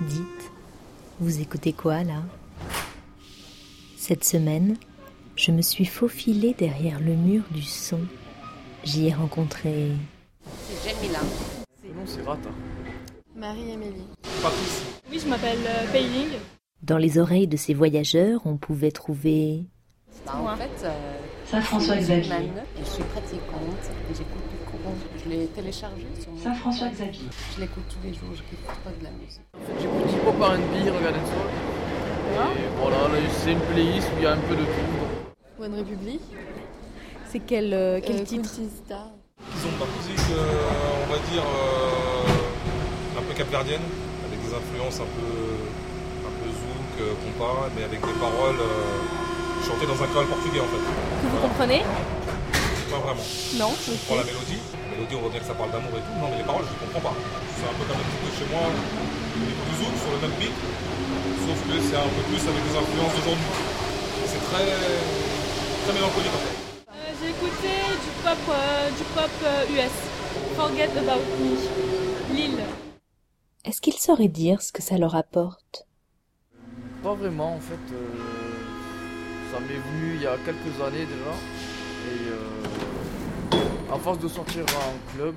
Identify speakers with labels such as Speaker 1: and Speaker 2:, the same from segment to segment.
Speaker 1: Dites, vous écoutez quoi là Cette semaine, je me suis faufilée derrière le mur du son. J'y ai rencontré
Speaker 2: C'est Jamila.
Speaker 3: Non, c'est hein. Rata.
Speaker 4: Marie-Amélie.
Speaker 3: Papis.
Speaker 5: Oui, je m'appelle euh, Pei Ling.
Speaker 1: Dans les oreilles de ces voyageurs, on pouvait trouver
Speaker 2: Bah, en
Speaker 5: Moi.
Speaker 2: fait, euh,
Speaker 6: Saint-François-Xavier.
Speaker 2: musulmane et je suis pratiquante et j'écoute du courant. Je l'ai téléchargé sur mon
Speaker 6: Saint-François-Xavier.
Speaker 2: Je l'écoute tous les jours, j'écoute pas de la musique. Euh,
Speaker 3: En fait, j'écoute hip-hop R&B, regardez ça. Et voilà, là, c'est une playlist où il y a un peu de tout.
Speaker 4: One Republic.
Speaker 5: C'est quel,
Speaker 4: Euh, Country Star.
Speaker 7: Ils ont de la musique, euh, on va dire, euh, un peu capverdienne, avec des influences un peu, un peu zouk, euh, compas, mais avec des paroles euh, chantées dans un créole portugais en fait.
Speaker 5: Que vous comprenez Euh,
Speaker 7: Pas vraiment.
Speaker 5: Non.
Speaker 7: Je comprends la mélodie. La mélodie, on voit bien que ça parle d'amour et tout. Non, mais les paroles, je les comprends pas. C'est un peu comme un petit peu chez moi, beaucoup de zouk sur le même beat, sauf que c'est un peu plus avec des influences d'aujourd'hui. C'est très, très mélancolique en fait.
Speaker 5: J'ai écouté du pop, euh, du pop euh, US. Forget About Me. Lille.
Speaker 1: Est-ce qu'ils sauraient dire ce que ça leur apporte
Speaker 3: Pas vraiment, en fait. euh, ça m'est venu il y a quelques années déjà. Et euh, à force de sortir en club,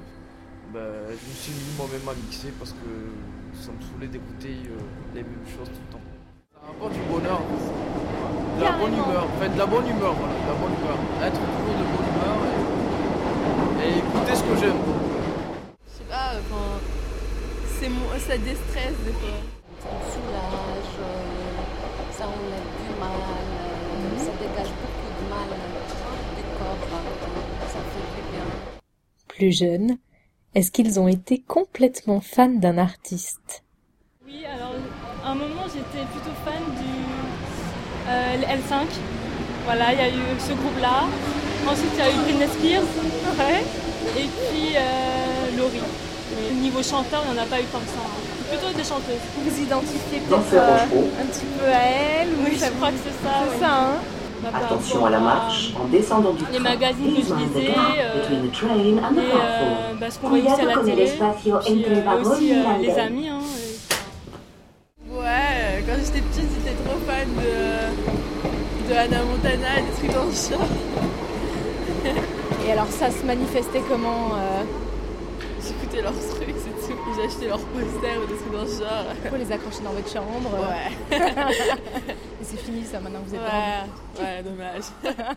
Speaker 3: ben, je me suis mis moi-même à mixer parce que ça me saoulait d'écouter euh, les mêmes choses tout le temps. Ça apporte du bonheur, de la bonne
Speaker 5: Carrément.
Speaker 3: humeur, enfin de la bonne humeur, voilà, de la bonne humeur. Être toujours de bonne humeur et, et écouter ce que j'aime.
Speaker 4: Je sais pas, enfin. c'est mon- ça déstresse des fois.
Speaker 2: Ça me soulage, euh, ça enlève du mal, euh,
Speaker 4: Mhm.
Speaker 2: ça dégage beaucoup de mal euh, du corps, euh, ça fait du bien.
Speaker 1: Plus jeunes, est-ce qu'ils ont été complètement fans d'un artiste
Speaker 5: Oui, alors à un moment j'étais plutôt fan du euh, L5. Voilà, il y a eu ce groupe-là. Ensuite il y a eu Britney Spears. Ouais. Et puis euh, Laurie. Mais niveau chanteur, il n'y en a pas eu tant que ça. hein. Plutôt des chanteuses.
Speaker 8: vous identifiez peut-être euh, un petit peu à elle ou
Speaker 5: Oui, je crois que c'est ça.
Speaker 8: c'est
Speaker 5: oui.
Speaker 8: ça, hein
Speaker 5: Bah, par
Speaker 9: Attention
Speaker 5: rapport
Speaker 9: à la marche en descendant du
Speaker 5: les
Speaker 9: train.
Speaker 5: magazines
Speaker 9: Please mind the
Speaker 5: utilisés,
Speaker 9: gap
Speaker 5: euh,
Speaker 9: between the train and
Speaker 5: Et
Speaker 9: the platform.
Speaker 5: euh, bah, ce qu'on voyait
Speaker 9: Cuidado
Speaker 5: aussi à la
Speaker 9: con el
Speaker 5: télé.
Speaker 9: espacio
Speaker 5: Puis
Speaker 9: entre
Speaker 5: euh,
Speaker 9: vagón
Speaker 5: aussi
Speaker 9: y
Speaker 5: euh, les
Speaker 9: andén.
Speaker 5: amis. Hein, et-
Speaker 4: Ouais, quand j'étais petite, j'étais trop fan de, de Anna Montana et des trucs dans le genre.
Speaker 8: Et alors ça se manifestait comment euh,
Speaker 4: J'écoutais leurs trucs, c'est tout. Ou J'achetais leurs posters ou des trucs dans le genre.
Speaker 8: Faut les accrocher dans votre chambre. euh
Speaker 4: Ouais,
Speaker 8: Et c'est fini ça maintenant que vous êtes grand.
Speaker 4: ouais, ouais, dommage.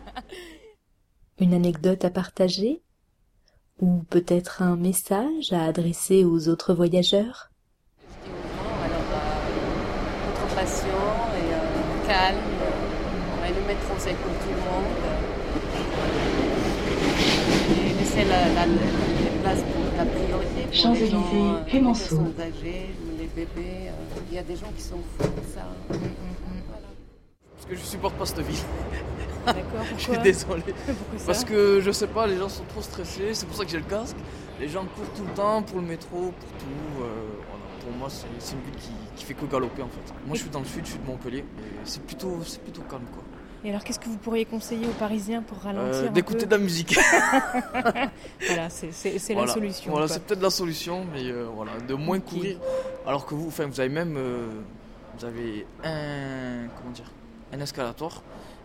Speaker 1: Une anecdote à partager Ou peut-être un message à adresser aux autres voyageurs
Speaker 2: Je dis aux gens, alors, euh, être patient et euh, calme, on va le mettre en scène comme tout le monde. Et laisser la, la, la place pour la priorité. pour les
Speaker 6: Champs-Élysées,
Speaker 2: gens, euh,
Speaker 6: Clémenceau.
Speaker 2: Les personnes âgées, les bébés, euh, il y a des gens qui sont fous de ça. Voilà.
Speaker 3: Parce que je supporte pas cette ville.
Speaker 8: D'accord,
Speaker 3: Je suis
Speaker 8: pourquoi,
Speaker 3: désolé.
Speaker 8: pourquoi ça
Speaker 3: Parce que je sais pas, les gens sont trop stressés, c'est pour ça que j'ai le casque. Les gens courent tout le temps pour le métro, pour tout. euh, voilà. Pour moi, c'est c'est une ville qui, qui fait que galoper en fait. Moi, je suis dans le sud, je suis de Montpellier. et C'est plutôt, c'est plutôt calme quoi.
Speaker 8: Et alors qu'est-ce que vous pourriez conseiller aux Parisiens pour ralentir
Speaker 3: Euh,
Speaker 8: un
Speaker 3: D'écouter de
Speaker 8: peu
Speaker 3: la musique.
Speaker 8: Voilà, c'est c'est- c'est
Speaker 3: Voilà.
Speaker 8: la solution.
Speaker 3: Voilà,
Speaker 8: quoi.
Speaker 3: c'est peut-être la solution, mais euh, voilà, de moins courir. Alors que vous, enfin, vous avez même, euh, vous avez un, comment dire, un escalator.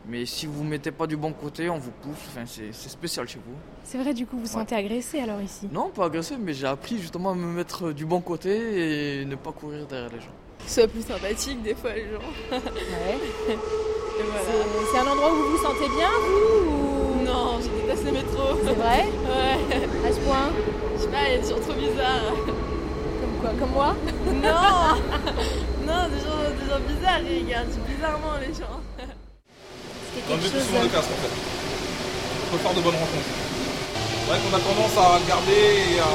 Speaker 3: Mais si vous mettez pas du bon côté, on vous pousse. Enfin, c'est c'est spécial chez vous.
Speaker 8: C'est vrai du coup vous vous sentez agressé alors ici.
Speaker 3: Non, pas agressif, mais j'ai appris justement à me mettre du bon côté et ne pas courir derrière les gens.
Speaker 4: Sois plus sympathique des fois, les gens.
Speaker 8: Ouais.
Speaker 4: Et voilà.
Speaker 8: C'est c'est un endroit où vous vous sentez bien vous ou...
Speaker 4: Non, je déteste le métro.
Speaker 8: C'est vrai
Speaker 4: Ouais,
Speaker 8: À ce point
Speaker 4: je sais pas, il y a des gens trop bizarres.
Speaker 8: Comme quoi Comme moi
Speaker 4: Non Non, des gens, des gens bizarres, ils regardent bizarrement les gens.
Speaker 8: C'était
Speaker 7: On
Speaker 8: quelque
Speaker 7: met
Speaker 8: chose.
Speaker 7: souvent le casque en fait. On peut faire de bonnes rencontres. C'est vrai qu'on a tendance à garder et à.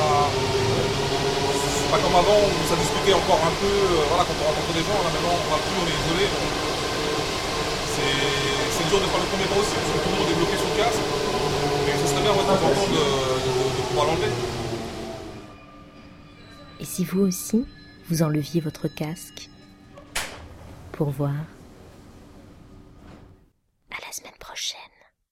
Speaker 7: C'est pas comme avant où ça discutait encore un peu, euh, voilà, quand on rencontre des gens, là maintenant on va plus, on est isolé. donc euh, C'est c'est dur de faire le premier pas aussi, parce que tout le monde est bloqué sur le casque. Mais ce serait bien ouais, de temps en temps de, de- de pouvoir l'enlever.
Speaker 1: Et si vous aussi, vous enleviez votre casque Pour voir